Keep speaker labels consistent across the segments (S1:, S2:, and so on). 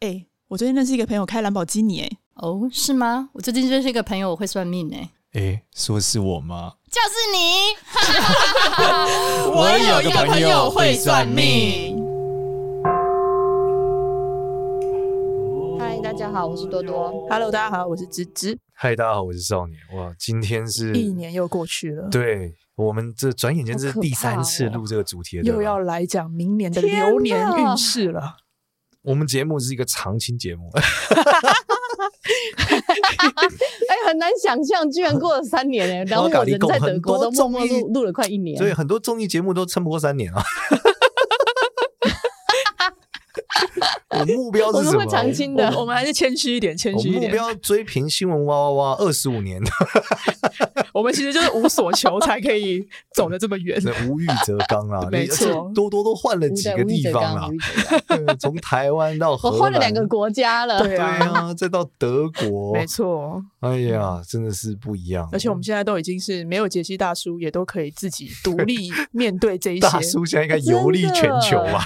S1: 哎、我最近认识一个朋友开兰博基尼、哎，
S2: 哦，是吗？我最近认识一个朋友，我会算命哎、
S3: 诶，说是我吗？
S2: 就是你。
S3: 我有一个朋友会算命。
S4: 嗨，大家好，我是多多。
S1: Hello，大家好，我是芝芝。
S3: 嗨，大家好，我是少年。哇，今天是
S1: 一年又过去了，
S3: 对我们这转眼间
S4: 好
S3: 是
S4: 可
S3: 第
S4: 怕
S3: 三次
S4: 哦
S3: 录这个主题了，
S1: 又
S3: 对吧啊
S1: 要来讲明年的流年运势了。
S3: 我们节目是一个常青节目，
S4: 哎、很难想象，居然过了三年 哎、然后我人在德国，都默默录录了快一年。
S3: 所以很多综艺节目都撑不过三年啊。我目标
S4: 我
S3: 是
S4: 们
S3: 什
S4: 会
S3: 么？
S4: 长青的，
S1: 我们还是谦虚一点，谦
S3: 我
S1: 虚一
S3: 目
S1: 点。
S3: 标追平新闻哇哇哇二十五 年，
S1: 我们其实就是无所求才可以走得这么远。
S3: 无欲则刚啊！
S1: 没
S3: 你这
S1: 错
S3: 多多都换了
S4: 无
S3: 几
S4: 的
S3: 个
S4: 无欲
S3: 地
S4: 则
S3: 方
S4: 刚，
S3: 啊
S4: 无，欲则刚。
S3: 呃从台湾到荷
S4: 我
S3: 兰，
S4: 换了两个国家了，
S1: 对
S3: 对
S1: 啊，
S3: 啊，再到德国，
S1: 没错。
S3: 哎呀，真的是不一样。
S1: 而且我们现在都已经是没有杰西大叔，也都可以自己独立面对这一些。
S3: 大叔现在应该游历全球吧？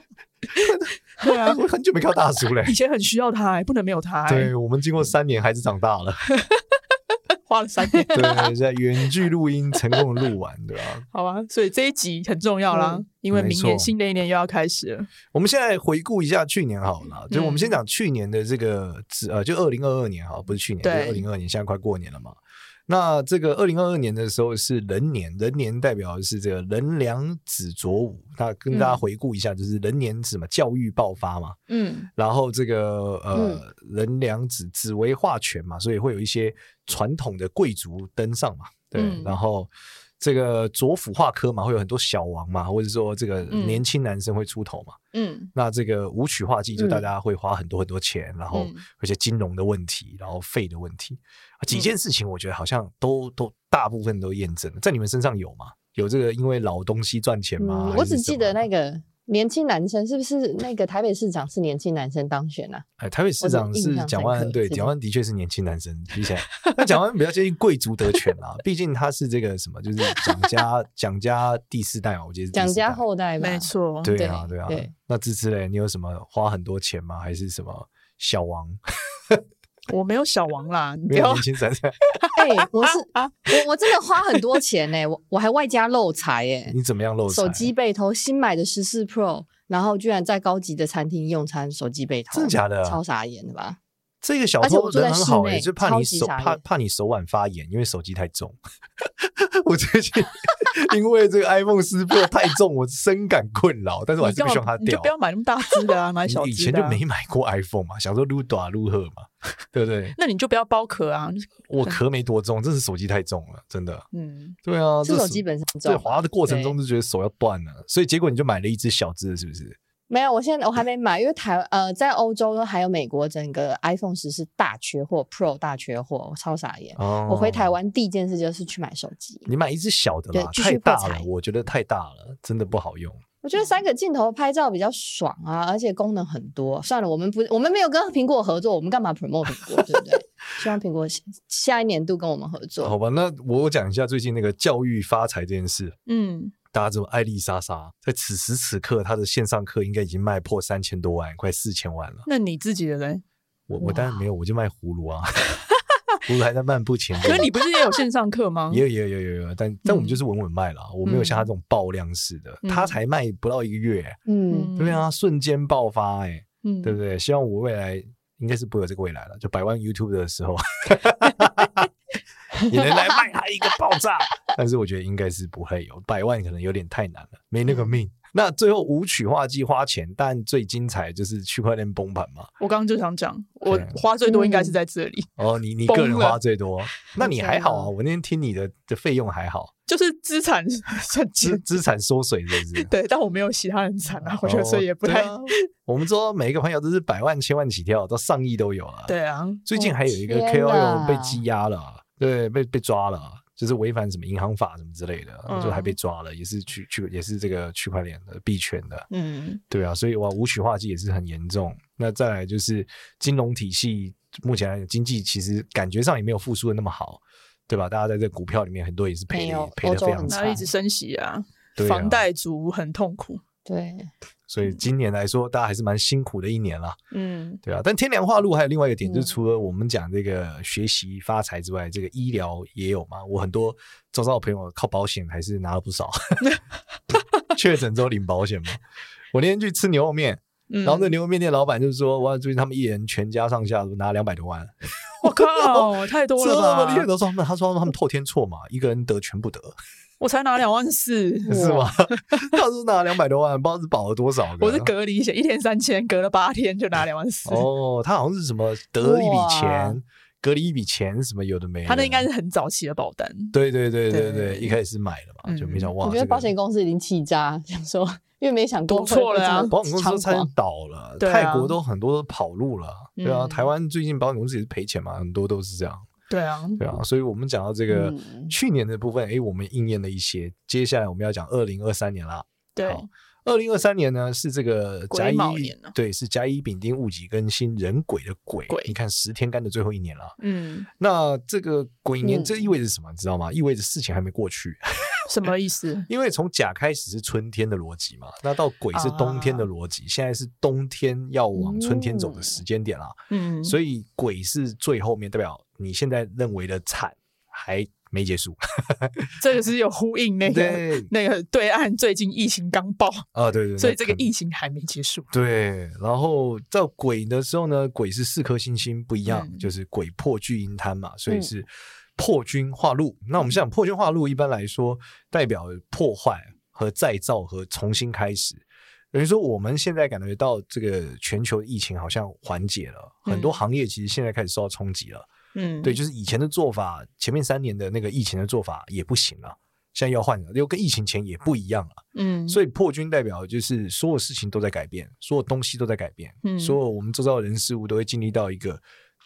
S1: 对啊，
S3: 我很久没看到大叔嘞。
S1: 以前很需要他、哎不能没有 他、哎
S3: 对我们经过三年，孩子长大了。
S1: 花了三年，
S3: 对，在远距录音成功的录完，对吧、
S1: 好吧。所以这一集很重要啦，因为明
S3: 嗯没
S1: 年
S3: 错
S1: 新的一年又要开始了。
S3: 我们现在回顾一下去年好了啦，就我们
S1: 嗯
S3: 先讲去年的这个指呃，就二零二二年哈，不是去年，就是
S1: 对
S3: 二零二二年，现在快过年了嘛。那这个二零二二年的时候是壬年，壬年代表的是这个壬良子卓午。那跟大家
S1: 嗯
S3: 回顾一下，就是壬年是什么教育爆发嘛，
S1: 嗯，
S3: 然后这个呃壬良子子为化权嘛，所以会有一些传统的贵族登上嘛，对，
S1: 嗯
S3: 然后。这个左辅化科嘛，会有很多小王嘛，或者说这个
S1: 嗯
S3: 年轻男生会出头嘛，
S1: 嗯
S3: 那这个舞曲化技就
S4: 嗯
S3: 大家会花很多很多钱，然后
S1: 嗯
S3: 而且金融的问题，然后费的问题，啊
S4: 嗯
S3: 几件事情我觉得好像都都大部分都验证了，在你们身上有吗？有这个因为老东西赚钱吗？
S4: 嗯，
S3: 还
S4: 我
S3: 哎是
S4: 只
S3: 什
S4: 记
S3: 么啊
S4: 得那个年轻男生，是不是那个台北市长是年轻男生当选啊？
S3: 哎，台北市
S4: 我只
S3: 长
S4: 印
S3: 是
S4: 象
S3: 蒋
S4: 深
S3: 万安，
S4: 刻
S3: 对，
S4: 是
S3: 蒋
S4: 的
S3: 万安的确是年轻男生比 起来，那蒋万安比较接近贵族得权啦，毕竟他是这个什么，就是蒋 家蒋家第四代嘛，我记得是第
S4: 蒋
S3: 四
S4: 家
S3: 代
S4: 后代嘛，
S1: 没。错。
S3: 对啊，
S4: 对
S3: 对啊
S4: 对。
S3: 那芝芝嘞，你有什么花很多钱吗？还是什么小 王？
S1: 我没有小王啦，你不
S3: 没有
S1: 要
S3: 年轻三代，
S4: 哎、我是
S1: 啊
S4: 我我真的花很多钱呢、我我还外加漏财哎、
S3: 你怎么样漏财
S4: 手机被偷，新买的十四 Pro，然后居然在高级的餐厅用餐，手机被偷，
S3: 真的假的
S4: 超傻眼的吧？
S3: 这个小
S4: 而且
S3: 偷
S4: 我住在
S3: 人很好
S4: 室
S3: 哎、
S4: 内
S3: 就怕
S4: 超
S3: 你
S4: 级
S3: 手
S4: 傻
S3: 怕
S4: 眼
S3: 怕你手腕发炎，因为手机太重。 我最近因为这个 iPhone 撕破太重，我深感困扰，但是我还
S1: 你
S3: 是
S1: 干
S3: 不希望它
S1: 嘛？你就
S3: 掉
S1: 不。要买那么大只的啊，买小
S3: 以
S1: 只
S3: 前
S1: 的、
S3: 就
S1: 啊。
S3: 没买过 iPhone 嘛，想说撸短撸赫嘛，对不对？
S1: 那你就不要包壳啊。
S3: 我壳没多重，真是手机太重了，真的。
S1: 嗯，
S3: 对啊，
S4: 这
S3: 这
S4: 手机本身
S3: 在
S4: 重，
S3: 滑的过程中就觉得手要断了，所以结果你就买了一只小只的，是不是？
S4: 没有，我现在我还没买，因为台呃在欧洲还有美国，整个 iPhone 十是大缺货，Pro 大缺货，我超傻眼。
S3: 哦
S4: 我回台，湾第一件事就是去买手机，
S3: 你买一只小的啦，
S4: 对继续
S3: 太大
S4: 破
S3: 了
S4: 财，
S3: 我觉得太大了，真的不好用。
S4: 我觉得三个镜头拍照比较爽啊，而且功能很多。算了，我们不，我们没有跟苹果合作，我们干嘛 promote 苹果，对不对？ 希望苹果下下一年度跟我们合作。
S3: 好吧，那我讲一下最近那个教育发财这件事。
S1: 嗯，
S3: 大家知道艾丽莎莎在此时此刻，她的线上课应该已经卖破三千多万，快四千万了。
S1: 那你自己的嘞？
S3: 我
S4: 哇
S3: 我当然没有，我就卖葫芦啊， 葫芦还在漫步前
S1: 可
S3: 进
S1: 是。你不嗯是也有线上课吗？
S3: 也有也有也有也有，但但我们就是稳稳卖了，我没有像她这种爆量式的，
S1: 嗯
S3: 她才卖不到一个月，欸
S1: 嗯，
S4: 嗯，
S3: 对啊，瞬间爆发哎、
S1: 嗯，
S3: 对不对？希望我未来应该是不会有这个未来了，就百万 YouTube 的 时候，你能来卖他一个爆炸。但是我觉得应该是不会有，百万可能有点太难了，没那个
S1: 嗯
S3: 命。那最后无曲化技花钱，但最精彩就是区块链崩盘嘛。
S1: 我刚刚就想讲，我
S3: 对啊
S1: 花最多应该是在这里，
S3: 哦，你你
S1: 崩
S3: 个人花
S1: 了
S3: 最多，那你还好啊？我那天听你的的费用还好，
S1: 就是资产算
S3: 资
S1: 钱。
S3: 资产缩水是不是？
S1: 对，但我没有其他人惨 啊，我觉得
S3: 哦
S1: 所以也不
S3: 对
S1: 太
S3: 啊我们说每一个朋友都是百万、千万起跳，到上亿都有 了。
S1: 对啊。
S3: 最近还有一个
S4: 哦
S3: KOL
S4: 天
S3: 被
S4: 哪
S3: 羁押了啊，对，被被抓了啊，就是违反什么银行法什么之类的，啊
S1: 嗯
S3: 就还被抓了，也是区区也是这个区块链的币圈的，
S1: 嗯，
S3: 对啊，所以哇，无曲化技也是很严重。那再来就是金融体系，目前来讲经济其实感觉上也没有复苏的那么好，对吧？大家在这股票里面很多也是赔
S4: 没
S3: 的
S4: 有，
S3: 赔的
S4: 欧洲
S3: 非常
S4: 很
S3: 惨
S1: 然后一直升息啊
S3: 对，啊
S1: 房贷族很痛苦。
S4: 对，
S3: 所以今年来说，大家还是蛮辛苦的一年啦，
S4: 嗯，
S3: 对啊。但天凉化露还有另外一个点，
S4: 嗯
S3: 就是除了我们讲这个学习发财之外，这个医疗也有嘛。我很多周遭的朋友靠保险还是拿了 不少，确诊之后领保险嘛。我那天去吃牛肉面，
S1: 然
S3: 然后那牛肉面店老板就说：“哇，最近他们一人全家上下都拿两百多万，啊
S1: 我 靠，太多
S3: 这
S1: 了
S3: 么厉
S1: 吧！
S3: 害！”他说：“他们他说他们透天错嘛，一个人得全不得，
S1: 我才拿两万四，
S3: 是吗？他说拿两百多万，不知道是保了多少个。”啊
S1: 我是隔离险，一天三千，隔了八天就拿两万四。
S3: 哦，他好像是什么得一笔
S4: 哇
S3: 钱，隔离一笔钱什么有的没的。
S1: 他那应该是很早期的保单，
S3: 对对对对
S1: 对
S3: 对，一开始是买了嘛，就没想哇，
S4: 我觉
S3: 这
S4: 得
S3: 个
S4: 保险公司已经气炸，想说，因为没想过
S1: 赌错了啊
S4: 会
S3: 保险公司都差
S4: 猖
S3: 点
S4: 狂
S3: 倒了，
S1: 对
S3: 泰
S1: 啊
S3: 国都很多都跑路了，对啊，
S4: 嗯
S3: 台湾最近保险公司也是赔钱嘛，很多都是这样，
S1: 对啊，
S3: 对啊，所以我们讲到这个
S4: 嗯
S3: 去年的部分，诶，我们应验了一些，接下来我们要讲二零二三年啦。
S1: 对
S3: 好二零二三年呢是这个甲
S1: 癸
S3: 乙
S1: 卯年啊
S3: 对，是甲乙丙丁戊己庚辛壬癸的癸
S1: 癸，
S3: 你看十天干的最后一年了。
S1: 嗯，
S3: 那这个癸年，
S4: 嗯
S3: 这意味着什么？你知道吗？意味着事情还没过去，
S1: 什么意思？
S3: 因为从甲开始是春天的逻辑嘛，那到癸是
S1: 哦
S3: 冬天的逻辑，现在是冬天要往春天走的时间点啦，
S1: 嗯，
S3: 所以癸是最后面，代表你现在认为的惨还没结束。
S1: 这个是有呼应那个
S3: 对，
S1: 那个对岸最近疫情刚爆，
S3: 啊，对对对，
S1: 所以这个
S3: 那肯
S1: 疫情还没结束。
S3: 对，然后到癸的时候呢，癸是四颗星星不一样，
S1: 嗯
S3: 就是癸破巨阴贪嘛，所以
S4: 嗯
S3: 是破军化禄。那我
S1: 嗯
S3: 们想破军化禄，一般来说代表破坏和再造和重新开始。等于说，我们现在感觉到这个全球疫情好像缓解了，很多
S1: 嗯
S3: 行业其实现在开始受到冲击了。
S1: 嗯，
S3: 对，就是以前的做法，前面三年的那个疫情的做法也不行了，现在要换了，又跟疫情前也不一样了。
S1: 嗯，
S3: 所以破军代表就是所有事情都在改变，所有东西都在改变，
S1: 嗯
S3: 所有我们周遭的人事物都会经历到一个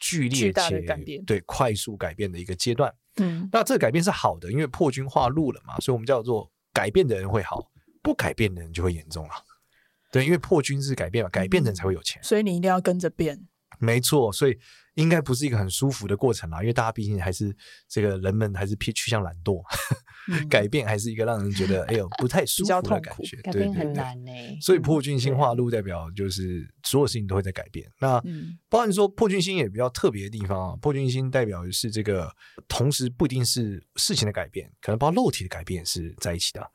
S3: 剧烈
S1: 巨大的
S3: 且
S1: 改变
S3: 对快速改变的一个阶段。
S1: 嗯
S3: 那这个改变是好的，因为破军化禄了嘛，所以我们叫做改变的人会好，不改变的人就会严重了。对，因为破军是改变嘛，改变的人才会有钱，
S1: 所以你一定要跟着变。
S3: 没错，所以应该不是一个很舒服的过程啦，因为大家毕竟还是这个人们还是偏趋向懒惰，
S1: 嗯
S3: 改变还是一个让人觉得哎呦不太舒
S1: 比较
S3: 服的
S1: 痛
S3: 感
S1: 苦
S3: 觉，
S4: 改
S3: 对
S4: 变
S3: 对
S4: 很
S3: 对
S4: 难呢、
S3: 所以破军星化禄代表就是所有事情都会在改变。那
S1: 嗯
S3: 包含说破军星也比较特别的地方啊，破军星代表的是这个同时不一定是事情的改变，可能包括肉体的改变也是在一起的啊。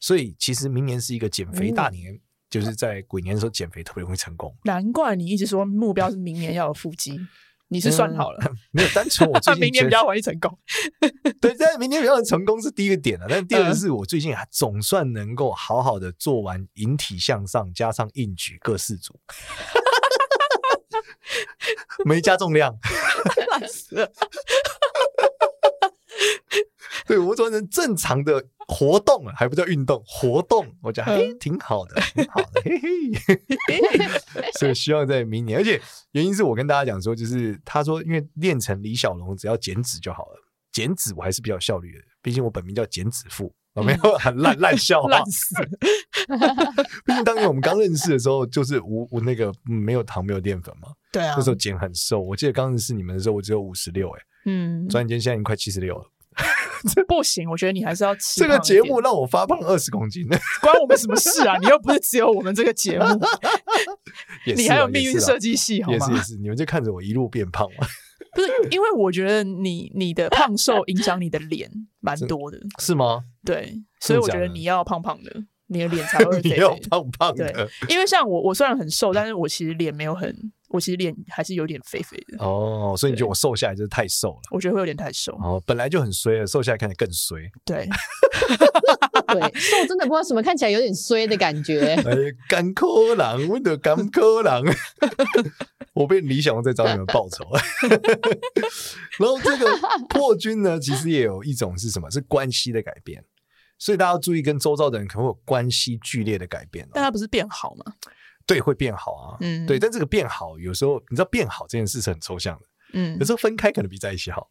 S3: 所以其实明年是一个减肥
S1: 嗯
S3: 大年，就是在鬼年的时候减肥特别容易成功。
S1: 难怪你一直说目标是明年要有腹肌，你是嗯算 好了，
S3: 没有，单纯我最 近
S1: 明年比
S3: 觉得
S1: 较容易成功。
S3: 对，但是明年比较成功是第一个点了、啊但第二个是我最近还总算能够好好的做完引体向上，加上硬举各四组， 没加重量。
S1: 烂死了，
S3: 对我做成正常的活动啊了，还不叫运动活动，我觉得
S1: 嗯
S3: 嘿挺好的，挺好的，嘿嘿。 所以希望在明年，而且原因是我跟大家讲说，就是他说，因为练成李小龙，只要减脂就好了，减脂我还是比较有效率的，毕竟我本名叫减脂富。我没有很烂烂笑 话
S1: 嗯烂，死了。
S3: 毕竟当年我们刚认识的时候，就是无无那个嗯没有糖没有淀粉嘛，
S1: 对啊
S3: 那，时候减很瘦。我记得刚认识你们的时候，我只有五十六，哎，
S1: 嗯，
S3: 转眼间现在已经快七十六了。
S1: 不行，我觉得你还是要吃。
S3: 这个节目让我发胖二十公斤，
S1: 关我们什么事啊？你又不是只有我们这个节目，
S3: 也是
S1: 你还
S3: 啊
S1: 有命运设。计系好
S3: 也是啊也是也
S1: 吗？
S3: 是，你们就看着我一路变 胖嘛。
S1: 不是，因为我觉得你你的胖瘦影响你的脸蛮多的，
S3: 是吗？
S1: 对，所以我觉
S3: 真
S1: 得
S3: 的假的
S1: 你要胖胖的，你的脸才 会
S3: 你
S1: 肥
S3: 要
S1: 肥。
S3: 胖胖的
S1: 对，因为像我，我虽然很瘦，但是我其实脸没有很，我其实脸还是有点肥肥的，
S3: 哦，所以你觉得我瘦下来就是太瘦了。
S1: 我觉得会有点太瘦。
S3: 哦，本来就很衰了，瘦下来看起来更衰，
S1: 对，
S4: 对，瘦真的不知道什么，看起来有点衰的感
S3: 。
S4: 觉
S3: 哎，干柯狼，我的干柯狼， 我被李小龙在找你们报仇。 然后这个破军呢，其实也有一种是什么？是关系的改变，所以大家要注意跟周遭的人可能会有关系剧烈的改变、哦。
S1: 但它不是变好吗？
S3: 对，会变好啊。
S1: 嗯
S3: 对，但这个变好，有时候你知道变好这件事是很抽象的，
S1: 嗯
S3: 有，时候分开可能比在一起好。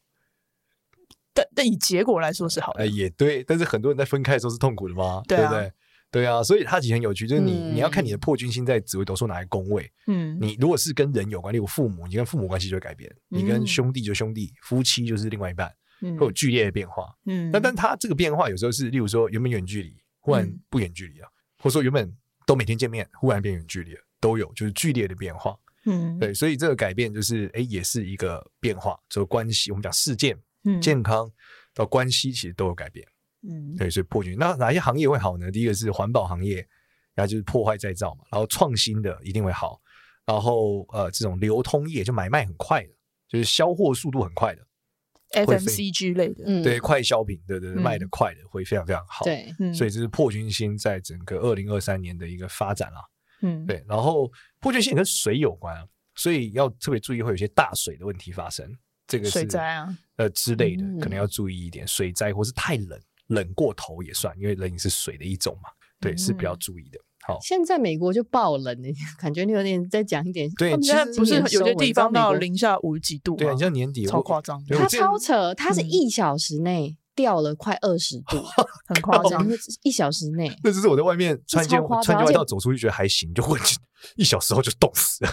S1: 但但以结果来说是好
S3: 呃，
S1: 的。
S3: 也对，但是很多人在分开的时候是痛苦的嘛，
S1: 对啊
S3: 不对？对啊，所以它其实很有趣，就是你、
S4: 嗯
S3: 你要看你的破军星在紫微斗数哪一个宫位。
S1: 嗯，
S3: 你如果是跟人有关，例如父母，你跟父母关系就会改变；你跟
S1: 嗯
S3: 兄弟就兄弟，夫妻就是另外一半，
S1: 嗯
S3: 会有剧烈的变化。
S1: 嗯
S3: 那但它这个变化有时候是，例如说原本远距离，忽然啊
S1: 嗯
S3: 不远距离了，或者说原本都每天见面，忽然变远距离了，都有就是剧烈的变化。
S1: 嗯，
S3: 对，所以这个改变就是，哎，也是一个变化，这个关系，我们讲事件、
S1: 嗯
S3: 健康到关系，其实都有改变。
S1: 嗯
S3: 对，所以破局。那哪些行业会好呢？第一个是环保行业，然后就是破坏再造嘛，然后创新的一定会好，然后呃，这种流通业就买卖很快的，就是销货速度很快的，会飞
S1: ，FMCG 类的，
S4: 嗯，
S3: 对，快消品，对对
S1: 嗯
S3: 对，卖的快的会非常非常好。，
S4: 对，
S1: 嗯，
S3: 所以这是破军星在整个二零二三年的一个发展啦、
S1: 嗯，
S3: 对，然后破军星也跟水有关啊，所以要特别注意会有一些大水的问题发生，这个是
S1: 水灾啊，
S3: 呃之类的，可
S4: 嗯
S3: 能要注意一点。水灾或是太冷，冷过头也算，因为冷也是水的一种嘛，对，是比较
S1: 嗯
S3: 注意的。好，
S4: 现在美国就爆冷了， 感觉你有点在讲一点。
S3: 对
S4: 他们
S3: 其
S1: 现在
S3: 实
S1: 不是
S4: 今年
S1: 有些
S4: 收尾
S1: 地方到，
S4: 你知道美
S1: 零下五几度吗，
S3: 对啊，你像年底
S1: 超
S3: 我
S1: 夸张的
S3: 对，
S4: 国
S3: 我
S4: 它
S3: 之前
S4: 超扯，它是
S1: 嗯
S4: 一小时内掉了快二十度，
S1: 很夸
S4: 然
S1: 张
S4: 后，一小时内。
S3: 那就是我在外面穿一件
S4: 超夸张
S3: 穿一件
S4: 而
S3: 外
S4: 且
S3: 套走出去，觉得还行，就过去一小时后就冻死了。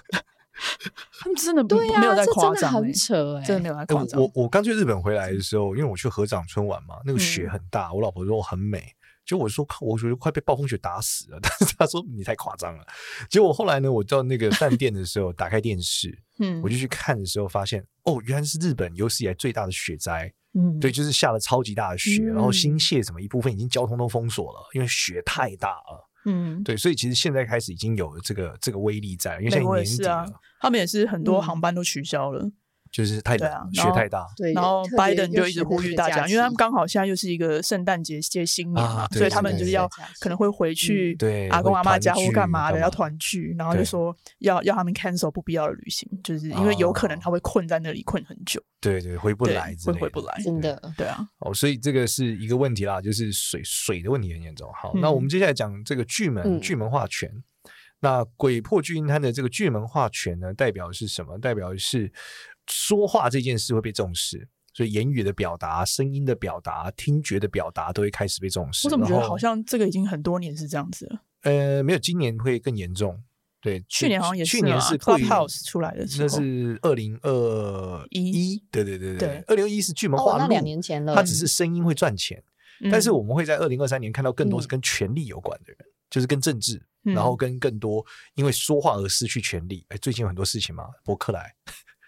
S1: 他们真的
S4: 对呀、
S1: 没有
S4: 这
S1: 在
S4: 真
S1: 夸
S4: 的
S1: 张欸
S4: 很，扯哎、
S1: 真的没有在
S3: 哎
S1: 夸张
S3: 我，我刚去日本回来的时候，因为我去合掌村玩嘛，那个雪
S1: 嗯
S3: 很大，我老婆说很美。结果我说，靠我觉得快被暴风雪打死了，但 是她说你太夸张了。结果后来呢，我到那个饭店的时候，打开电视，
S1: 嗯
S3: 我就去看的时候发现，哦，原来是日本有史以来最大的雪灾，
S1: 嗯
S3: 对，就是下了超级大的雪，然后
S1: 嗯
S3: 新泻什么一部分已经交通都封锁了，因为雪太大了，
S1: 嗯，
S3: 对，所以其实现在开始已经有这个这个威力在了，因为现
S1: 美
S3: 在
S1: 国
S3: 年
S1: 也
S3: 底
S1: 是
S3: 了，
S1: 啊，他们也是很多
S4: 嗯
S1: 航班都取消了，
S3: 就是太
S1: 对
S3: 冷了，
S1: 啊
S3: 雪
S1: 然后
S3: 太大，
S4: 对，
S1: 然后
S4: 特别
S1: 拜登
S4: 又
S1: 就一
S4: 是
S1: 直呼
S4: 那
S1: 吁
S4: 个
S1: 大
S4: 假
S1: 家，因为他们
S4: 期
S1: 刚好现在又是一个圣诞节接新年
S3: 啊
S1: 嘛，
S3: 对
S1: 所以他们
S3: 对
S1: 就是
S3: 对
S1: 要
S4: 对
S1: 可能会回去
S3: 对
S1: 阿公
S3: 会
S1: 阿妈家
S3: 团
S1: 或干嘛
S3: 聚干
S1: 的，
S3: 嘛
S1: 要团聚，然后
S3: 对
S1: 就说要要他们 cancel 不必要的旅行，就是因为有可能他会困在那里困很久，
S3: 对对，回不
S1: 对
S3: 来，之
S1: 会
S3: 类
S1: 回
S3: 的
S1: 不来，
S4: 真的
S1: 对啊，
S3: 哦，所以这个是一个问题啦，就是水水的问题很严重。好，那
S1: 嗯
S3: 我们接下来讲这个巨门
S4: 嗯
S3: 巨门化权。那鬼破巨阴摊的这个巨门化权呢，代表的是什么？代表的是说话这件事会被重视，所以言语的表达、声音的表达、听觉的表达都会开始被重视。
S1: 我怎么觉得
S3: 然后
S1: 好像这个已经很多年是这样子了，
S3: 呃没有，今年会更严重。对，
S1: 去年好像也
S3: 去
S1: 是
S3: 年
S1: 啊
S3: 是贵
S1: Clubhouse 出来的时
S3: 那
S1: 候，
S3: 是二零二
S1: 一，
S3: 对对对
S1: 对
S3: 二零二一是巨门
S4: 哦
S3: 化，
S4: 那
S3: 录，
S4: 两年前了，
S3: 它只是声音会赚钱。但是
S1: 嗯
S3: 我们会在二零二三年看到更多是
S4: 嗯
S3: 跟权力有关的人，就是跟政治，然后
S1: 嗯
S3: 跟更多因为说话而失去权利。哎，最近有很多事情嘛，伯克莱，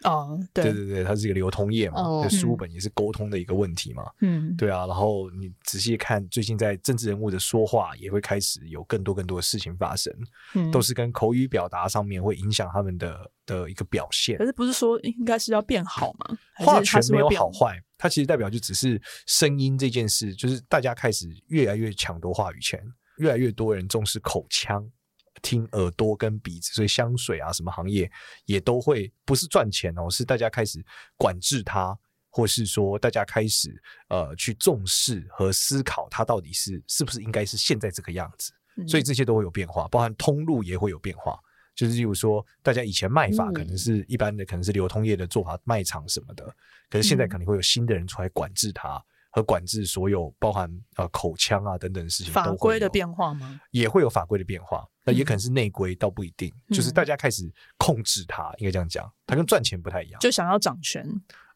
S1: 啊，
S3: 对
S1: 对，
S3: 对对，它是一个流通业嘛，
S4: 哦
S3: 对
S1: 嗯
S3: 书本也是沟通的一个问题嘛，
S1: 嗯，
S3: 对啊。然后你仔细看，最近在政治人物的说话也会开始有更多更多的事情发生，
S1: 嗯
S3: 都是跟口语表达上面会影响他们的的一个表现
S1: 可。是不是说应该是要变好吗？还
S3: 话
S1: 是它
S3: 权
S1: 是
S3: 没
S1: 会
S3: 有
S1: 变
S3: 好坏，它其实代表就只是声音这件事，就是大家开始越来越抢夺话语权，越来越多人重视口腔、听耳朵跟鼻子，所以香水啊什么行业也都会不是赚钱哦，是大家开始管制它，或是说大家开始呃去重视和思考它到底是是不是应该是现在这个样子，
S1: 嗯
S3: 所以这些都会有变化，包含通路也会有变化。就是例如说，大家以前卖法可能
S4: 嗯
S3: 是一般的，可能是流通业的做法，卖场什么的，可是现在
S1: 嗯
S3: 可能会有新的人出来管制它。和管制所有包含呃口腔啊等等的事情，
S1: 法规的变
S3: 化
S1: 化吗？
S3: 也会有法规的变化，那也
S1: 嗯
S3: 可能是内规，倒不一定。就是
S1: 嗯
S3: 大家开始控制它，应该这样讲，它跟赚钱不太一样。
S1: 就想要掌权，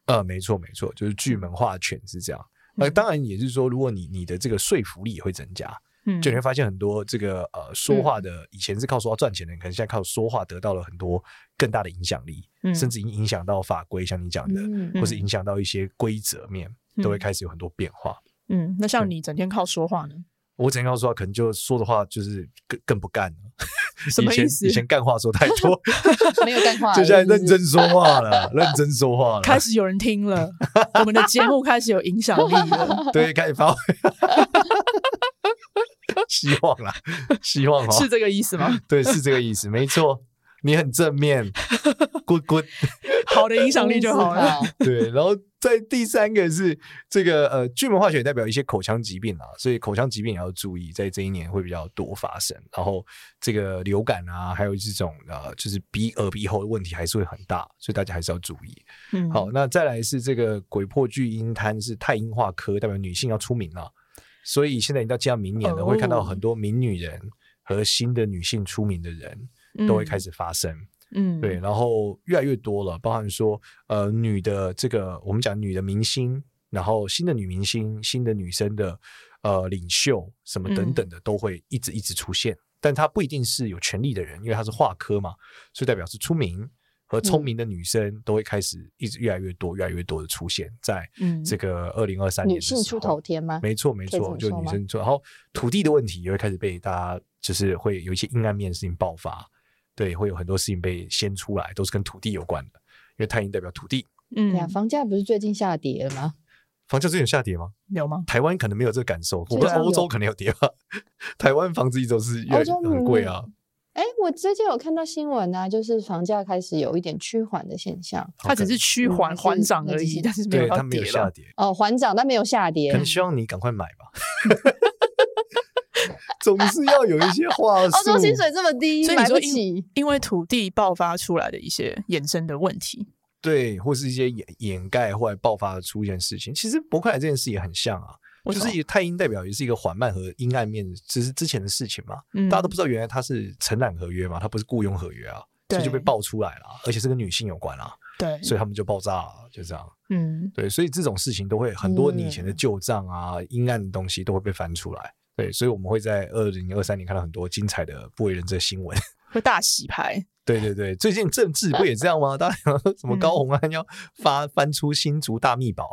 S3: 呃，没错没错，就是巨门化权是这样。那、
S1: 嗯
S3: 当然也是说，如果你你的这个说服力也会增加，
S1: 嗯，
S3: 就你会发现很多这个呃说话的，以前是靠说话赚钱的人，可能现在靠说话得到了很多更大的影响力，
S1: 嗯
S3: 甚至影影响到法规，像你讲的，
S4: 嗯
S3: 或是影响到一些规则面，都会开始有很多变化。
S1: 嗯，那
S3: 对
S1: 像你整天靠说话 呢，
S3: 我只能告诉他，可能就说的话就是更更不干了。
S1: 什么
S3: 以前
S1: 意思
S3: 以前干话说太多，
S4: 没有干话，
S3: 就现在认
S4: 是不是
S3: 真说话 了，认真说话了，
S1: 开始有人听 了，我们的节目开始有影响力了，
S3: 对，开始发挥。 希望啦，希望哦，
S1: 是这个意思 吗？
S3: 对，是这个意思，没错。你很 正面，good good。
S1: 好的影响力就好
S3: 啊
S1: 了，
S4: 思考。
S3: 对，然后在第三个是这个呃，巨门化学代表一些口腔疾病啊，所以口腔疾病也要注意，在这一年会比较多发生。然后这个流感啊，还有这种呃，就是鼻耳鼻喉的问题还是会很大，所以大家还是要注意。
S1: 嗯，
S3: 好，那再来是这个鬼破巨阴摊是太阴化科，代表女性要出名了，所以现在已经到进到明年了，
S1: 哦
S3: 会看到很多名女人和新的女性出名的人
S1: 嗯，
S3: 都会开始发生。
S1: 嗯，
S3: 对，然后越来越多了，包含说呃女的这个我们讲女的明星，然后新的女明
S4: 嗯
S3: 星、新的女生的呃领袖什么等等的，都会一直一直出现。但她不一定是有权利的人，因为她是画科嘛，所以代表是出名和
S4: 嗯
S3: 聪明的女生都会开始一直越来越多、越来越多的出现在
S1: 嗯
S3: 这个二零 二三年
S4: 女
S3: 的时候
S4: 性出头天吗？
S3: 没错，没
S4: 啊可以这
S3: 错，
S4: 么
S3: 就
S4: 说
S3: 女
S4: 吗
S3: 生做，然后土地的问题也会开始被大家就是会有一些阴暗面的事情爆发，对，会有很多事情被掀出来，都是跟土地有关的，因为太阴代表土地。
S1: 嗯
S4: 对啊，房价不是最近下跌了吗？
S3: 房价最近有下跌吗？
S1: 有吗？
S3: 台湾可能没有这个感受，我
S4: 对
S3: 们
S4: 啊
S3: 欧洲
S4: 有
S3: 可能有跌吧。 台湾房子一直都是越来
S4: 欧
S3: 越
S4: 洲
S3: 很贵啊，
S4: 哎，我最近有看到新闻啊，就是房价开始有一点趋缓的现象。
S1: 它只是趋
S4: 嗯
S1: 缓
S4: 还是
S1: 缓涨
S4: 那
S1: 而
S4: 只
S1: 已，
S4: 是
S1: 但是没有
S3: 对，
S1: 要
S3: 它没有
S1: 跌
S3: 下
S1: 了。
S3: 跌，
S4: 哦，缓涨但没有下
S3: 可
S4: 跌
S3: 能。希望你赶快买吧。 总是要有一些 话术。
S4: 澳洲哦薪水这么低
S1: 所，以你
S4: 买
S1: 说
S4: 不
S1: 因
S4: 起。
S1: 因为土地爆发出来的一些衍生的问题，
S3: 对，或是一些掩掩盖后来爆发的出现事情，其实博客来这件事也很像啊，
S1: 为
S3: 就
S1: 什么
S3: 是也太阴代表也是一个缓慢和阴暗面，只是之前的事情嘛，
S1: 嗯
S3: 大家都不知道原来它是承揽合约嘛，它不是雇佣合约啊，
S1: 对
S3: 所以就被爆出来了啊，而且是跟女性有关啊，
S1: 对，
S3: 所以他们就爆炸了，就这样。
S1: 嗯
S3: 对，所以这种事情都会很多你以前的
S4: 嗯
S3: 旧账啊、阴暗的东西都会被翻出来。对，所以我们会在二零二三年看到很多精彩的不为人知的新闻。
S1: 会大洗牌，
S3: 对对对，最近政治不也这样吗？ 大家想说
S4: 嗯
S3: 什么高洪安要发翻出新竹大秘宝，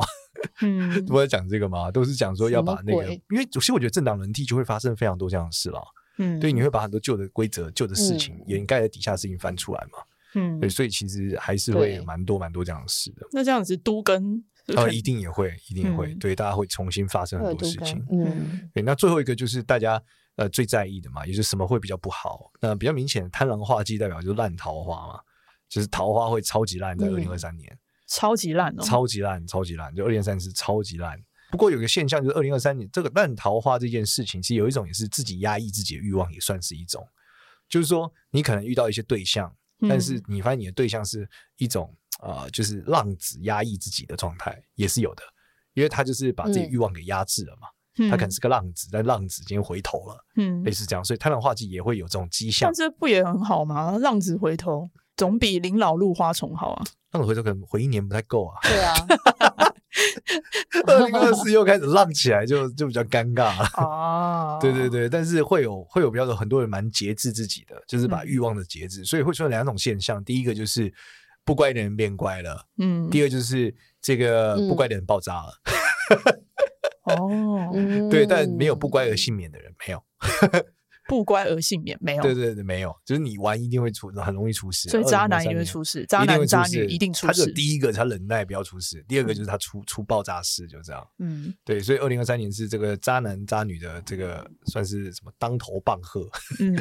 S1: 嗯
S3: 不是讲这个吗？都是讲说要把那
S4: 什么
S3: 个
S4: 鬼，
S3: 因为其实我觉得政党轮替就会发生非常多这样的事了。
S1: 嗯
S3: 对，你会把很多旧的规则、旧的事情
S4: 嗯
S3: 掩盖在底下的事情翻出来嘛？
S1: 嗯
S3: 对，，所以其实还是会
S4: 对
S3: 蛮多蛮多这样的事的。
S1: 那这样子都跟
S3: 呃，一定也会，一定也会，
S1: 嗯
S3: 对，大家会重新发生
S4: 会有
S3: 很多
S4: 多
S3: 事
S4: 高
S3: 情。
S4: 嗯，
S3: 对，那最后一个就是大家呃最在意的嘛，也就是什么会比较不好？那比较明显，贪婪化忌代表就是烂桃花嘛，就是桃花会超级烂，在
S4: 嗯
S3: 二零二三年、
S1: 超级烂哦，
S3: 超级烂，超级烂，就二零三是超级烂。不过有个现象就是二零二三年这个烂桃花这件事情，其实有一种也是自己压抑自己的欲望，也算是一种，就是说你可能遇到一些对象，但是
S1: 嗯
S3: 你发现你的对象是一种呃，就是浪子压抑自己的状态，也是有的，因为他就是把自己
S4: 嗯，
S3: 欲望给压制了嘛。他可能是个浪子，但浪子今天回头了，
S1: 嗯，
S3: 类
S1: 嗯
S3: 似这样，所以贪婪化忌也会有这种迹象
S1: 但。这不也很好吗？浪子回头总比临老入花丛 好啊。
S3: 浪子回头可能回一年不太够啊
S4: 对啊，
S3: 二零二四又开始浪起来就，就比较尴尬了。
S1: 啊，
S3: 对对，对，但是会有会有比较多很多人蛮节制自己的，就是把
S1: 嗯
S3: 欲望的节制，所以会出现两种现象，第一个就是不乖的人变乖了，
S1: 嗯，
S3: 第二就是这个不乖的人爆炸了。
S1: 哦，
S4: 嗯
S3: 对，但没有不乖而幸免的人，没有。
S1: 不乖而幸免没有，
S3: 对对对，没有，就是你玩一定会出，很容易出事，
S1: 所以渣男
S3: 2023
S1: 也会
S3: 年
S1: 出事，渣
S3: 一定
S1: 男
S3: 会
S1: 渣
S3: 出
S1: 女
S3: 事
S1: 一定出
S3: 他只有
S1: 事。
S3: 第一个，他忍耐不要出事；第二个就是他出出爆炸事，就这样。
S1: 嗯，
S3: 对，所以二零二三年是这个渣男渣女的这个算是什么当头棒喝，
S1: 嗯，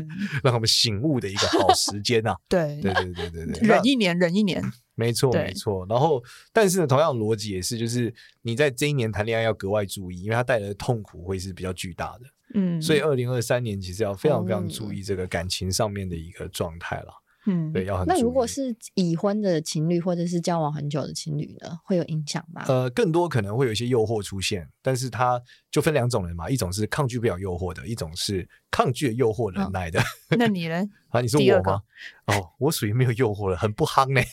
S3: 让他们醒悟的一个好时间呐、
S1: 对，
S3: 对对对对对，那
S1: 忍一年，忍一年，
S3: 没错
S1: 对
S3: 没错。然后，但是呢，同样的逻辑也是，就是你在这一年谈恋爱要格外注意，因为它带来的痛苦会是比较巨大的。
S1: 嗯，
S3: 所以二零二三年其实要非常非常
S4: 嗯
S3: 注意这个感情上面的一个状态了。
S1: 嗯，
S3: 对，要很
S4: 那
S3: 注
S4: 如果
S3: 意
S4: 是已婚的情侣或者是交往很久的情侣呢，会有影响吗？
S3: 呃，更多可能会有一些诱惑出现，但是它就分两种人嘛，一种是抗拒不了诱惑的，一种是抗拒诱惑忍耐的。
S1: 那你呢？
S3: 啊，你说
S1: 嗯第
S3: 我
S1: 二个
S3: 吗？哦，我属于没有诱惑了，很不夯呢、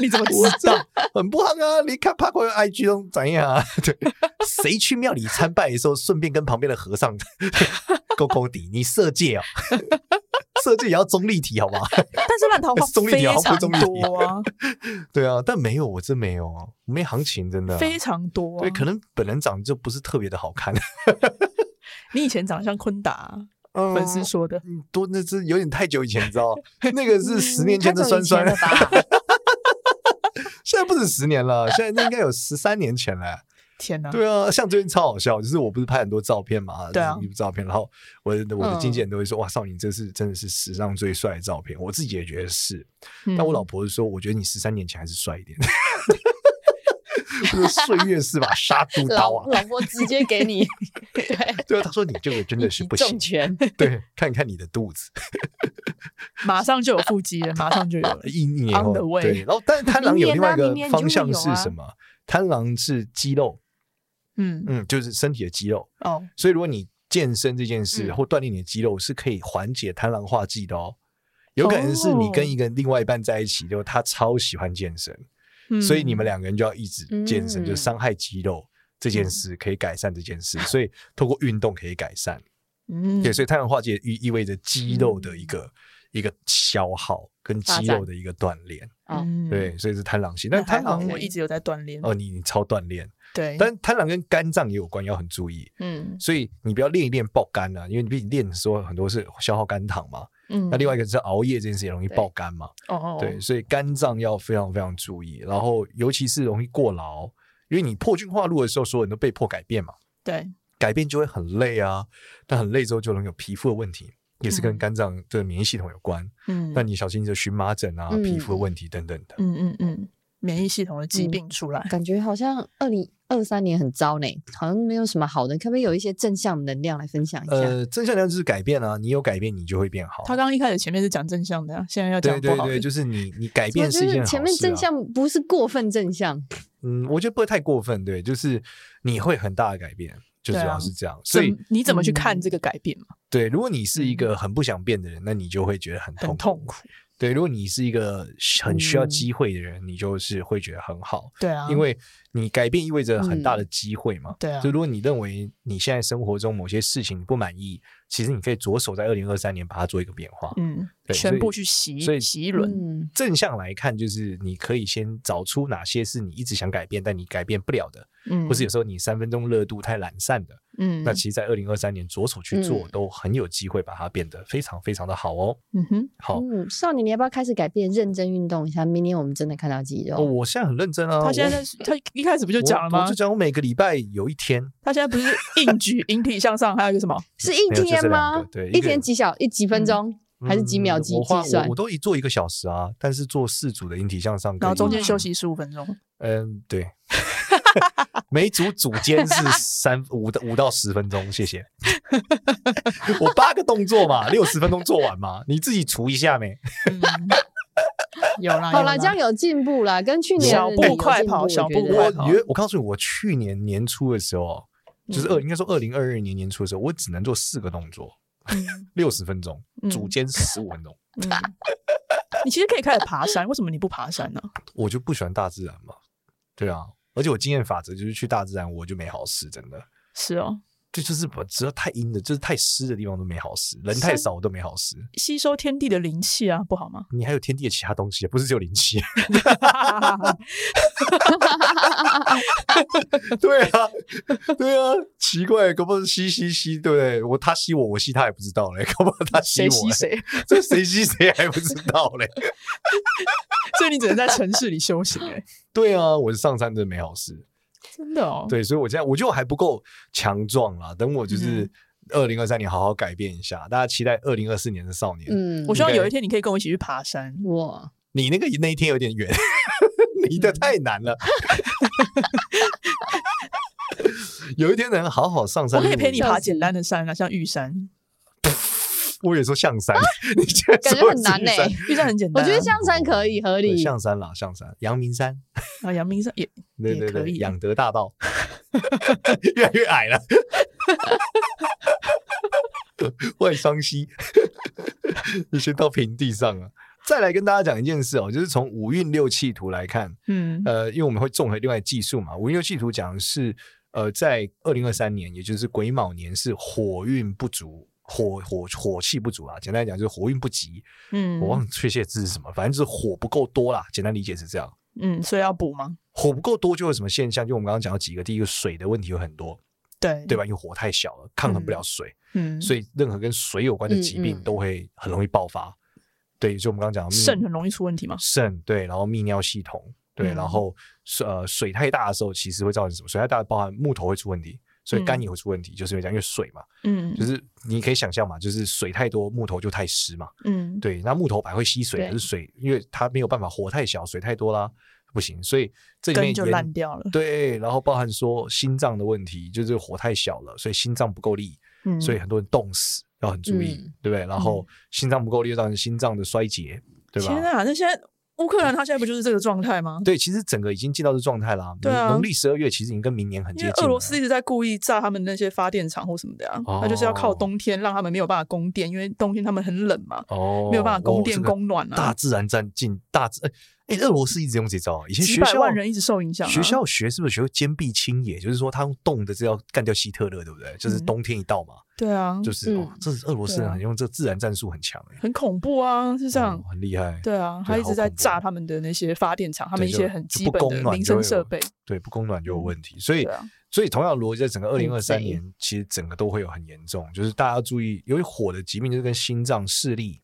S1: 你怎么
S3: 我
S1: 知
S3: 知道，很不夯啊！你看帕克的 IG 都怎样啊？ 对，谁去庙里参拜的时候，顺便跟旁边的和尚 勾勾底？你色戒哦， 色戒也要中立体，好 吧？
S1: 但是烂 桃花
S3: 中立
S1: 非
S3: 题好
S1: 常
S3: 不中立题
S1: 多 啊，
S3: 对啊，但没有，我真没有啊，没行情，真的、啊。
S1: 非常多啊。
S3: 对，可能本人长得就不是特别的好看。
S1: 你以前长得像昆达，
S3: 嗯
S1: 粉丝说的，
S3: 嗯，多那是有点太久以前，你知 道，那个是十年前的酸酸，
S4: 太嗯久以 前了吧？
S3: 现在不止十年了，现在那应该有十三年前 了。
S1: 天哪！
S3: 对啊，像最近超好笑，就是我不是拍很多照片嘛，
S1: 对啊
S3: 就是衣服照片，然后我的我的
S4: 嗯
S3: 经纪人都会说，哇，少宁这是真的是史上最帅的照片，我自己也觉得是，
S1: 嗯
S3: 但我老婆就说，我觉得你十三年前还是帅一点。这个岁月是把杀猪 刀
S4: 老
S3: 啊！
S4: 老婆直接 给你
S3: 对啊，他说你这个真的是不行
S4: 重。拳，
S3: 对，看看你的肚子，。
S1: 马上就有腹肌了，马上就有了
S3: 一年
S1: On
S3: 后
S1: the way
S3: 对，然后但是贪狼有另外一个
S4: 明年啊明年就
S3: 方
S4: 会
S3: 向
S4: 有
S3: 是
S4: 啊
S3: 什么？贪狼是肌肉，
S1: 嗯，
S3: 嗯，就是身体的肌肉，
S1: 哦，
S3: 所以如果你健身这件事
S4: 嗯
S3: 或锻炼你的肌肉，是可以缓解贪婪化忌的哦。有可能是你跟一个另外一半在一起，就他超喜欢健身，
S1: 嗯
S3: 所以你们两个人就要一直健身，
S4: 嗯
S3: 就伤害肌肉这件事可以改善这件事，所以透过运动可以改善。
S1: 嗯
S3: 对，所以太阳化界意意味着肌肉的一个、一个消耗跟
S4: 嗯发
S3: 肌
S4: 展
S3: 肉的一个锻炼，
S4: 哦
S1: 嗯
S3: 对，，所以是贪狼星。
S1: 那
S3: 但
S1: 还
S3: 贪
S1: 好
S3: 狼
S4: 可以
S1: 我一直有在锻炼，
S3: 哦，你你超锻炼，
S1: 对，
S3: 但贪狼跟肝脏也有关，要很注意。
S1: 嗯
S3: 所以你不要练一练爆肝啊，因为你毕竟练的时候很多是消耗肝糖嘛。
S1: 嗯，
S3: 那另外一个是熬夜这件事也容易
S4: 对
S3: 爆肝嘛，
S1: 哦哦，
S3: 对，所以肝脏要非常非常注意，然后尤其是容易过劳，因为你破军化路的时候，所有人都被迫改变嘛，
S1: 对，
S3: 改变就会很累啊，但很累之后就容易有皮肤的问题，也是跟
S1: 嗯
S3: 肝脏对免疫系统有关。
S1: 嗯，
S3: 那你小心你的荨麻疹啊、
S4: 嗯
S3: 皮肤的问题等等的。
S1: 嗯嗯嗯，免疫系统的疾
S4: 嗯
S1: 病出来，
S4: 感觉好像二零二三年很糟呢，好像没有什么好的，可不可以有一些正向能量来分享一下？
S3: 呃，正向能量就是改变啊，你有改变，你就会变好。
S1: 他刚刚一开始前面是讲正向的啊，现在要
S3: 哦对
S1: 讲不
S3: 对
S1: 好的
S3: 对，就是你你改
S4: 我
S3: 变
S4: 觉
S3: 是一件
S4: 得
S3: 好事、啊。
S4: 前面正向不是过分正向，
S3: 嗯，我觉得不会太过分，对，就是你会很大的改变，就主
S1: 对啊
S3: 要是这样。所
S1: 怎
S3: 以
S1: 么你怎么去看
S4: 嗯
S1: 这个改变嘛？
S3: 对，如果你是一个很不想变的人，那你就会觉得很痛
S1: 很痛苦，
S3: 对，如果你是一个很需要
S4: 嗯
S3: 机会的人，你就是会觉得很好，
S1: 对啊，
S3: 因为你改变意味着很大的机会嘛。
S1: 对啊
S3: 所，以如果你认为你现在生活中某些事情不满意，其实你可以着手在二零二三年把它做一个变化。
S1: 嗯，
S3: 对所
S1: 全部
S3: 以
S1: 去洗
S3: 所以
S1: 洗一轮，
S4: 嗯，
S3: 正向来看，就是你可以先找出哪些是你一直想改变但你改变不了的，
S1: 嗯，
S3: 或是有时候你三分钟热度太懒散的，
S1: 嗯，
S3: 那其实，在二零二三年着手去做，
S4: 嗯
S3: 都很有机会把它变得非常非常的好哦。
S1: 嗯哼，
S3: 好，
S4: 嗯，少年，你要不要开始改变，认真运动一下？明年我们真的看到肌
S3: 哦，
S4: 肉，
S3: 我现在很认真啊。
S1: 他现在
S3: 我
S1: 在他一开始不就讲了
S3: 我
S1: 吗
S3: 我就？讲我每个礼拜有一天，
S1: 他现在不是硬举、 引体向上，还有一个什么？
S4: 是一天
S3: 没有就这
S4: 吗
S3: 两个对？一个
S4: 一天几小一几分钟，还是几秒
S3: 嗯
S4: 几
S3: 我花
S4: 计算
S3: 我我都一做一个小时啊，但是做四组的引体向上，
S1: 然后中间
S3: 跟一
S1: 休息十五分钟，
S3: 嗯，对。 每组组间是三五到五到十分钟，谢 谢。我八个动作嘛，六十分钟做完嘛，你自己除一下没？
S1: 嗯， 有啦，
S4: 好
S1: 有
S4: 啦，这样有进步啦，跟去年
S1: 小
S4: 的
S1: 步
S4: 你有
S1: 快
S4: 进
S1: 跑
S4: 步
S1: 小
S4: 我觉
S1: 步
S4: 得
S1: 快
S3: 我
S1: 跑
S3: 原我告诉你，我去年年初的时候，就是二、应该说二零二二年年初的时候，我只能做四个动作，六十分钟，
S1: 嗯
S3: 组间十五分钟。
S1: 嗯， 你其实可以开始爬山，为什么你不爬山呢？
S3: 我就不喜欢大自然嘛，对啊，而且我经验法则就是去大自然我就没好事，真的。
S1: 是哦，
S3: 这就是我只要太阴的，就是太湿的地方都没好事，人太
S1: 山
S3: 少我都没好事。
S1: 吸收天地的灵气啊，不好 吗？
S3: 你还有天地的其他东西，不是只有灵 气。对啊，对啊，奇怪，搞不好吸吸吸，对不对？我他吸我，我吸他也不知道嘞，搞不好他
S1: 谁
S3: 吸我，欸
S1: 吸谁？
S3: 这谁吸谁还不知道嘞？
S1: 所以你只能在城市里修行，哎，
S3: 对啊，我是上山真的没好事。
S1: 真的哦。
S3: 对，所以我现在我觉得我还不够强壮啦，等我
S1: 嗯
S3: 就是二零二三年好好改变一下，大家期待二零二四年的少年。
S4: 嗯，
S1: 我希望
S3: OK
S1: 有一天你可以跟我一起去爬山。
S4: 我
S3: 你那个那一天有点 远，你
S1: 嗯
S3: 的太难了。有一天能好好上山，
S1: 我可以陪你
S3: 录一集
S1: 爬简单的山啊，像玉山，
S3: 我也说象山， 你觉得
S4: 感觉很难
S3: 呢、
S4: 欸
S1: 玉山很简
S4: 我
S1: 单啊、
S4: 觉得象山可以合
S3: 对
S4: 理，
S3: 象山啦，象山，阳明山，
S1: 啊，阳明山也
S3: 对
S1: 也
S3: 对
S1: 可
S3: 对，
S1: 以
S3: 养德大道， 越来越矮了。外双溪，你先到平地上啊。再来跟大家讲一件事哦，就是从五运六气图来看，
S1: 嗯
S3: 呃，因为我们会综合另外技术嘛，五运六气图讲的是，呃，在二零二三年，也就是癸卯年是火运不足，火火火气不足啊，简单来讲就是火运不及，
S1: 嗯，
S3: 我忘了确切字是什么，反正就是火不够多啦，简单理解是这样。
S1: 嗯，所以要补吗？
S3: 火不够多就有什么现象？就我们刚刚讲到几个，第一个水的问题有很多，
S1: 对
S3: 对吧？因为火太小了，抗衡不了水，
S1: 嗯，
S3: 所以任何跟水有关的疾
S4: 嗯
S3: 病
S4: 嗯
S3: 都会很容易爆发。对，就我们刚刚讲的泌
S1: 肾很容易出问题吗？
S3: 肾对，然后泌尿系统对，
S1: 嗯
S3: 然后水呃水太大的时候，其实会造成什么？水太大包含木头会出问题，所以肝
S1: 嗯
S3: 也会出问题，就是因为这样，因为水嘛，
S1: 嗯，
S3: 就是你可以想象嘛，就是水太多，木头就太湿嘛。
S1: 嗯，
S3: 对，那木头板会吸水，
S4: 对
S3: 可是水因为它没有办法火太小，水太多啦，不行，所以这里
S1: 根
S3: 面
S1: 就
S3: 研
S1: 烂掉了。
S3: 对，然后包含说心脏的问题，就是火太小了，所以心脏不够力，
S1: 嗯，
S3: 所以很多人冻死，要很注意，
S4: 嗯
S3: 对不对？然后心脏不够力，造成心脏的衰竭，对
S1: 天
S3: 吧？
S1: 啊，那现在乌克兰他现在不就是这个状态吗？
S3: 对，其实整个已经进到这状态啦。
S1: 对啊
S3: 农农历十二月其实已经跟明年很
S1: 因
S3: 接
S1: 为
S3: 近了。
S1: 俄罗斯一直在故意炸他们那些发电厂或什么的啊，
S3: 哦
S1: 他就是要靠冬天让他们没有办法供电，因为冬天他们很冷嘛，
S3: 哦，
S1: 没有办法供
S3: 哦
S1: 电
S3: 这个
S1: 供暖啊
S3: 大自然占尽大自，哎、哎俄罗斯一直用这招啊，以前
S1: 几
S3: 学
S1: 百
S3: 校
S1: 万人一直受影响啊
S3: 学校学是不是学过坚壁清野？就是说他用动的是要干掉希特勒，对不对？就是
S1: 嗯
S3: 冬天一到嘛，
S1: 对啊，
S3: 就是、哦
S4: 嗯，
S3: 这是俄罗斯
S1: 对
S3: 人
S1: 啊
S3: 很用这自然战术很强哎、
S1: 很恐怖啊，是这样
S3: 哦。很厉害。
S1: 对啊，他一直
S3: 好
S1: 在
S3: 恐怖哦
S1: 炸他们的那些发电厂，他们
S3: 对
S1: 一
S3: 就
S1: 些很
S3: 就
S1: 基
S3: 不
S1: 本
S3: 供
S1: 的
S3: 暖
S1: 民
S3: 就
S1: 生
S3: 会有
S1: 设备。
S3: 对，不供暖就有问题，所以、
S1: 对啊
S3: 所以同样的逻辑，在整个二零二三
S4: 嗯对
S3: 年，其实整个都会有很严重，就是大家要注意，由于火的疾病就是跟心脏、视力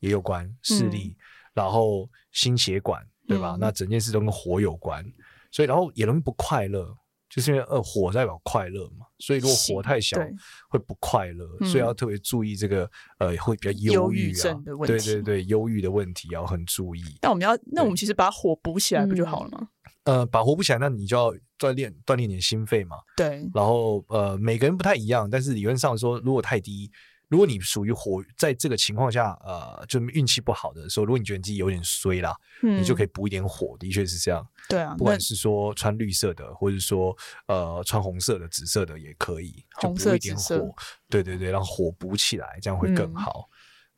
S3: 也有关，视力，然后心血管，对吧？
S1: 嗯
S3: 那整件事都跟火有关，所以然后也容易不快乐，就是因为呃火代表快乐嘛，所以如果火太小
S1: 对
S3: 会不快乐，
S1: 嗯
S3: 所以要特别注意这个呃会比较
S1: 忧
S3: 郁
S1: 郁
S3: 啊
S1: 症的问
S3: 对
S1: 题
S3: 对对，忧郁的问题要很注意。
S1: 那我们要，那我们
S3: 对
S1: 其实把火补起来不就好了吗？
S3: 呃，把活不起来，那你就要锻炼锻炼你的心肺嘛。
S1: 对，
S3: 然后呃，每个人不太一样，但是理论上说，如果太低，如果你属于火，在这个情况下，呃，就是运气不好的时候，如果你觉得你自己有点衰啦，
S1: 嗯，
S3: 你就
S1: 以
S3: 可以补一点火，的确是这样。
S1: 对啊。
S3: 不
S1: 那
S3: 管是说穿绿色的，或者说呃穿红色的、紫色的也可以，就
S1: 红
S3: 补
S1: 色
S3: 一点
S1: 紫色
S3: 火，对对对，让火补起来，这样会更
S1: 嗯
S3: 好。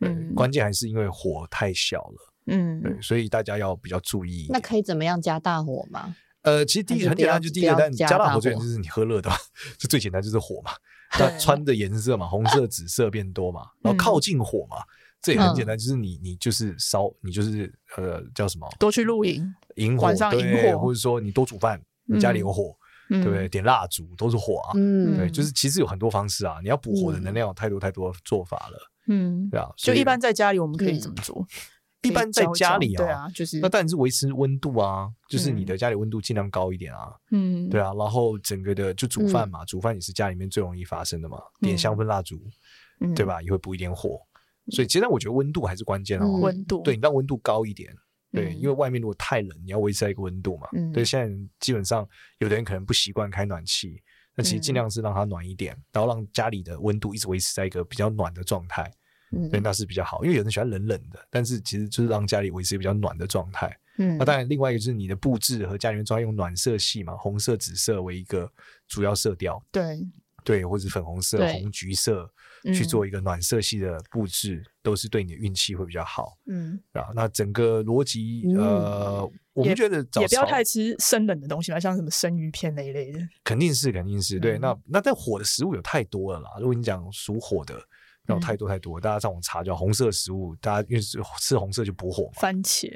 S3: 对
S1: 嗯
S3: 关键还是因为火太小了，对，
S1: 嗯，
S3: 所以大家要比较注意一
S4: 那
S3: 点。
S4: 可以怎么样加大火吗？
S3: 呃，其实第一
S4: 还
S3: 个
S4: 是
S3: 很
S4: 不
S3: 简
S4: 要
S3: 单，就第一
S4: 不
S3: 个，
S4: 要
S3: 但
S4: 加
S3: 加大
S4: 大
S3: 火最简
S4: 火
S3: 单就是你喝热的嘛，这最简单就是火嘛。那
S1: 对
S3: 穿的颜色嘛，红色、紫色变多嘛，然后
S1: 嗯
S3: 靠近火嘛，这也很简
S4: 嗯
S3: 单，就是你你就是烧，你就是呃叫什么
S1: 多去露营，
S3: 引火，
S1: 晚上引
S3: 对
S1: 火
S3: 或者说你多煮饭，你家里有火，
S1: 嗯
S3: 对不对？？点蜡烛都是火啊。
S4: 嗯，
S3: 对，就是其实有很多方式啊，你要补火的能
S4: 嗯
S3: 量有太多太多做法了，
S1: 嗯，
S3: 对啊。
S1: 就
S3: 所以嗯
S1: 一般在家里我们可以怎么做？
S3: 一
S1: 可以
S3: 般在
S1: 教一
S3: 家
S1: 教
S3: 里
S1: 对
S3: 啊，
S1: 啊，就是
S3: 那当然是维持温度啊，就是
S1: 嗯
S3: 你的家里温度尽量高一点啊，
S1: 嗯，
S3: 对啊，然后整个的就煮饭嘛，煮饭也是家里面最容易发生的嘛，点香氛蜡烛，
S1: 嗯，
S3: 对吧？也会补一点火，所以其实我觉得温度还是关键哦。
S4: 嗯
S1: 温度
S3: 对，你让温度高一点，对，
S1: 嗯
S3: 因为外面如果太冷，你要维持在一个温度嘛。
S1: 嗯
S3: 对，现在人基本上有的人可能不习惯开暖气，那其实
S1: 嗯
S3: 尽量是让它暖一点，然后让家里的温度一直维持在一个比较暖的状态，
S1: 嗯
S3: 对，那是比较好。因为有人喜欢冷冷的，但是其实就是让家里维持比较暖的状态。
S1: 嗯
S3: 那当然，另外一个就是你的布置和家里面装用暖色系嘛，红色、紫色为一个主要色调，
S1: 对，
S3: 对，或者是粉红色、
S4: 对
S3: 红橘色
S1: 嗯
S3: 去做一个暖色系的布置，都是对你的运气会比较好
S1: 嗯，
S3: 啊。那整个逻辑，呃，我们
S1: 也
S3: 觉得早
S1: 也不要
S3: 朝
S1: 太吃生冷的东西吧，像什么生鱼片那一类的，
S3: 肯定是肯定是对。
S1: 嗯
S3: 那那但火的食物有太多了啦，如果你讲属火的。那
S1: 嗯
S3: 有太多太多，大家上网查就好红色食物，大家因为是吃红色就补火嘛，
S1: 番茄，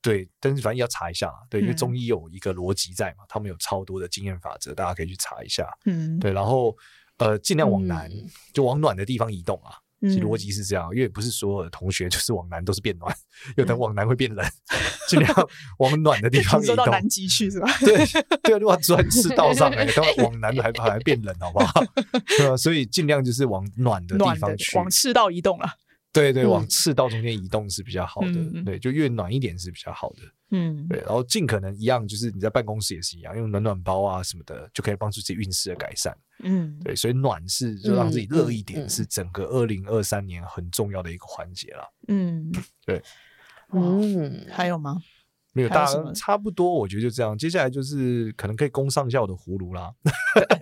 S3: 对，但是反正要查一下啦，对，因为
S1: 嗯
S3: 中医有一个逻辑在嘛，他们有超多的经验法则，大家可以去查一下。
S1: 嗯，
S3: 对，然后呃，尽量往南，
S4: 嗯
S3: 就往暖的地方移动啊。其实
S1: 嗯
S3: 逻辑是这样，因为不是所有的同学就是往南都是变暖， 有的往南会变冷，尽量往暖的地
S1: 嗯
S3: 方
S1: 你
S3: 移
S1: 说
S3: 动
S1: 到。南极去是吧？
S3: 对对啊，如果住在赤道 上来，当然往南还还变冷，好不好？对啊，所以尽量就是往暖的地
S1: 暖的
S3: 方去，
S1: 往赤道移动啊了，
S3: 对对，
S4: 嗯
S3: 往赤道中间移动是比较好的，
S1: 嗯嗯
S3: 对，就越暖一点是比较好的。
S1: 嗯，
S3: 对，然后尽可能一样，就是你在办公室也是一样，用暖暖包啊什么的，就可以帮助自己运势的改善。
S1: 嗯，
S3: 对，所以暖是就让自己热一点，
S4: 嗯嗯嗯
S3: 是整个二零二三年很重要的一个环节了。
S1: 嗯，
S3: 对，
S4: 嗯，
S1: 还有 吗？
S3: 没有，
S1: 还有
S3: 大
S1: 什
S3: 家
S1: 么
S3: 差不多，我觉得就这样。接下来就是可能可以攻上一下我的葫芦啦，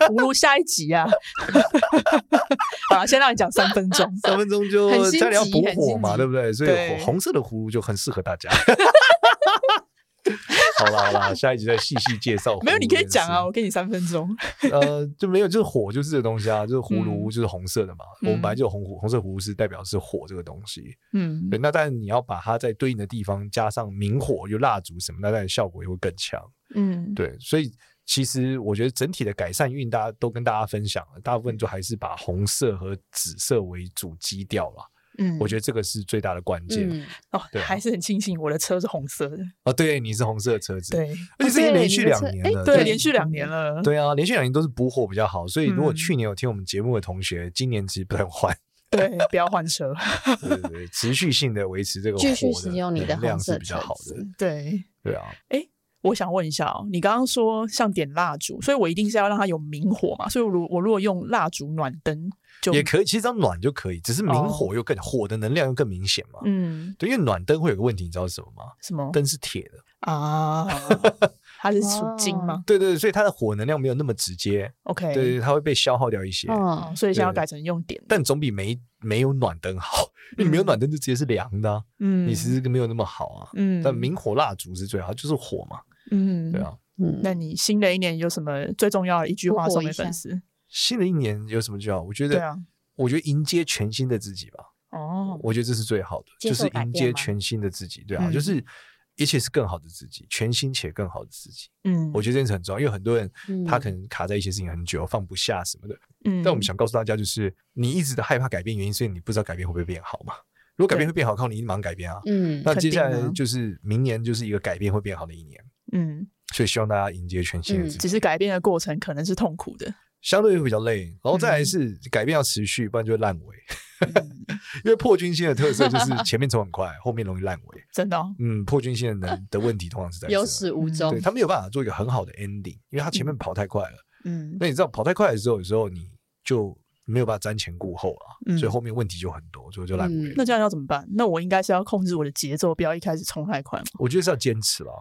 S1: 葫芦下一集啊， 好了，先让你讲三分钟，
S3: 三分钟就
S4: 很心急
S3: 家里要补
S4: 很
S3: 火
S4: 心
S3: 嘛，
S4: 急
S3: 对不对？所以
S1: 对
S3: 火红色的葫芦就很适合大 家。好啦好啦，下一集再细细介绍。
S1: 没有，你可以讲啊，我给你三分钟，
S3: 呃，就没有，就是火就是这个东西啊，就是葫芦就是红色的嘛。
S1: 嗯
S3: 我们本来就有红葫红色葫芦是代表是火这个东西。
S1: 嗯
S3: 对，那但是你要把它在对应的地方加上明火，就蜡烛什么，那当然效果也会更强。
S1: 嗯，
S3: 对，所以其实我觉得整体的改善运，大家都跟大家分享了，大
S1: 嗯
S3: 部分就还是把红色和紫色为主基调啦。
S1: 嗯，
S3: 我觉得这个是最大的关键。
S4: 嗯，
S1: 得哦
S3: 对，啊
S1: 还是很庆幸我的车是红色的，
S3: 哦，对，你是红色的车子，
S1: 对
S3: 而且这
S4: 哦
S3: 个
S4: 对
S3: 连续
S4: 你的
S3: 两
S4: 车
S3: 年
S4: 哎
S3: 了，
S1: 对，
S4: 对
S1: 连续两年了，
S3: 对啊，连续两年都是补火比较好，所以如果
S1: 嗯
S3: 去年有听我们节目的同学，今年其实不太 换，
S1: 对，不要换车，
S3: 对对对，持续性的维持这个
S4: 继续
S3: 火
S4: 使用你的
S3: 能量
S4: 红
S3: 是
S4: 色
S3: 比较好
S4: 橙
S3: 的
S4: 子，
S1: 对。
S3: 对啊，
S1: 我想问一下哦，你刚刚说像点蜡烛，所以我一定是要让它有明火嘛？所以我如我如果用蜡烛暖灯就
S3: 也可以，其实只要暖就可以，只是明
S1: 哦
S3: 火又更、火的能量又更明显嘛。
S1: 嗯
S3: 对，因为暖灯会有个问题，你知道是什么吗？
S1: 什
S4: 哦
S1: 么
S3: 灯是铁的，
S1: 啊？它是属金吗
S3: 对对，对所以它的火能量没有那么直接，
S1: ？OK，
S3: 对对，它会被消耗掉一些，
S1: 哦
S4: 嗯，
S1: 所以现在要
S3: 对
S1: 改成用点的，
S3: 但总比没没有暖灯好，
S4: 嗯
S3: 因为没有暖灯就直接是凉的啊、
S1: 嗯，
S3: 你其实没有那么好啊。
S1: 嗯，
S3: 但明火蜡烛是最好，就是火嘛，
S1: 嗯
S3: 对。啊。
S4: 嗯，
S1: 那你新的一年有什么最重要的一句话送给粉丝？
S3: 新的一年有什么就好，我觉
S1: 对
S3: 得
S1: 啊，
S3: 我觉得迎接全新的自己吧，
S1: 哦，
S3: 我觉得这是最好的，
S4: 接
S3: 就
S4: 受
S3: 是
S4: 改
S3: 迎
S4: 变
S3: 接
S4: 吗
S3: 全新的自己，对啊，
S1: 嗯
S3: 就是一切是更好的自己，全新且更好的自己。
S1: 嗯，
S3: 我觉得这件事很重要，因为很多人
S4: 嗯
S3: 他可能卡在一些事情很久，放不下什么的。
S1: 嗯，
S3: 但我们想告诉大家，就是你一直的害怕改变，原因是因为你不知道改变会不会变好嘛。如果改变
S1: 对
S3: 会变好，靠你忙改变啊。
S4: 嗯
S3: 那
S1: 肯
S3: 接
S1: 定
S3: 下来
S1: 啊
S3: 就是明年就是一个改变会变好的一年，
S1: 嗯，
S3: 所以希望大家迎接全新的自己，
S1: 只是改变的过程可能是痛苦 的，
S3: 相对会比较累。然后再来
S1: 嗯
S3: 是改变要持续，不然就会烂尾。
S1: 嗯
S3: 因为破军星的特色 就是前面走很快，后面容易烂尾。
S1: 真的哦，
S3: 嗯，破军星的人的问题通常是在
S4: 有
S3: 这
S4: 始无
S1: 嗯
S4: 终
S3: 对，他没有办法做一个很好的 ending，因为他前面跑太快了。
S1: 嗯
S3: 那你知道跑太快的时候，有时候你就没有办法瞻前顾后啊，
S1: 嗯
S3: 所以后面问题就很多，所以就烂尾。
S4: 嗯
S1: 那这样要怎么办？那我应该是要控制我的节奏，不要一开始冲太快嘛。
S3: 我觉得是要坚持啦，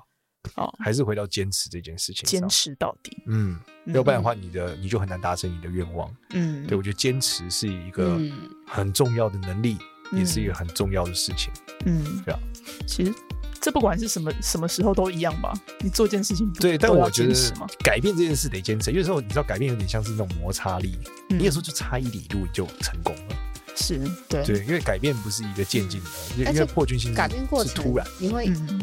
S1: 哦，
S3: 还是回到坚持这件事情上
S1: 坚。持到底，
S3: 嗯，
S1: 嗯
S3: 要不然的话，你的你就很难达成你的愿望。
S1: 嗯，
S3: 对我觉得坚持是一个
S4: 嗯
S3: 很重要的能力，
S1: 嗯
S3: 也是一个很重要的事情。
S1: 嗯，
S3: 对啊
S1: 其实这不管是什么什么时候都一样吧，你做件事情不
S3: 对，但
S1: 都要
S3: 我觉
S1: 坚持
S3: 得
S1: 嘛
S3: 改变这件事得坚持，因为有时候你知道改变有点像是那种摩擦力，
S1: 嗯
S3: 你有时候就差一里路你就成功了。
S1: 是对，
S3: 对，因为改变不是一个渐进的，因为
S4: 嗯而
S3: 因
S4: 且
S3: 为破军星是
S4: 改变过
S3: 是
S4: 程
S3: 突然。，
S4: 你会
S1: 嗯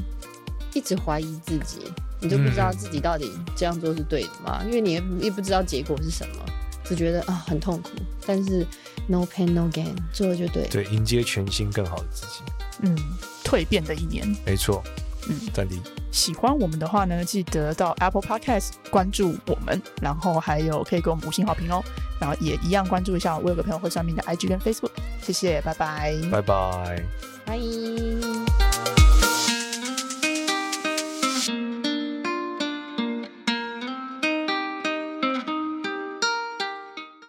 S4: 一直怀疑自己，你就不知道自己到底这样做是对的吗？因为你也也不知道结果是什么，只觉得啊很痛苦，但是 no pain no gain，做了就对。
S3: 对，迎接全新更好的自己，
S1: 嗯，蜕变的一年。
S3: 没错。
S1: 嗯，
S3: 暂停。
S1: 喜欢我们的话呢，记得到 Apple Podcast 关注我们，然后还有可以给我们五星好评哦。然后也一样关注一下我有个朋友会算命的 IG 跟 Facebook，谢谢，拜拜
S3: 拜拜。
S4: 欢迎。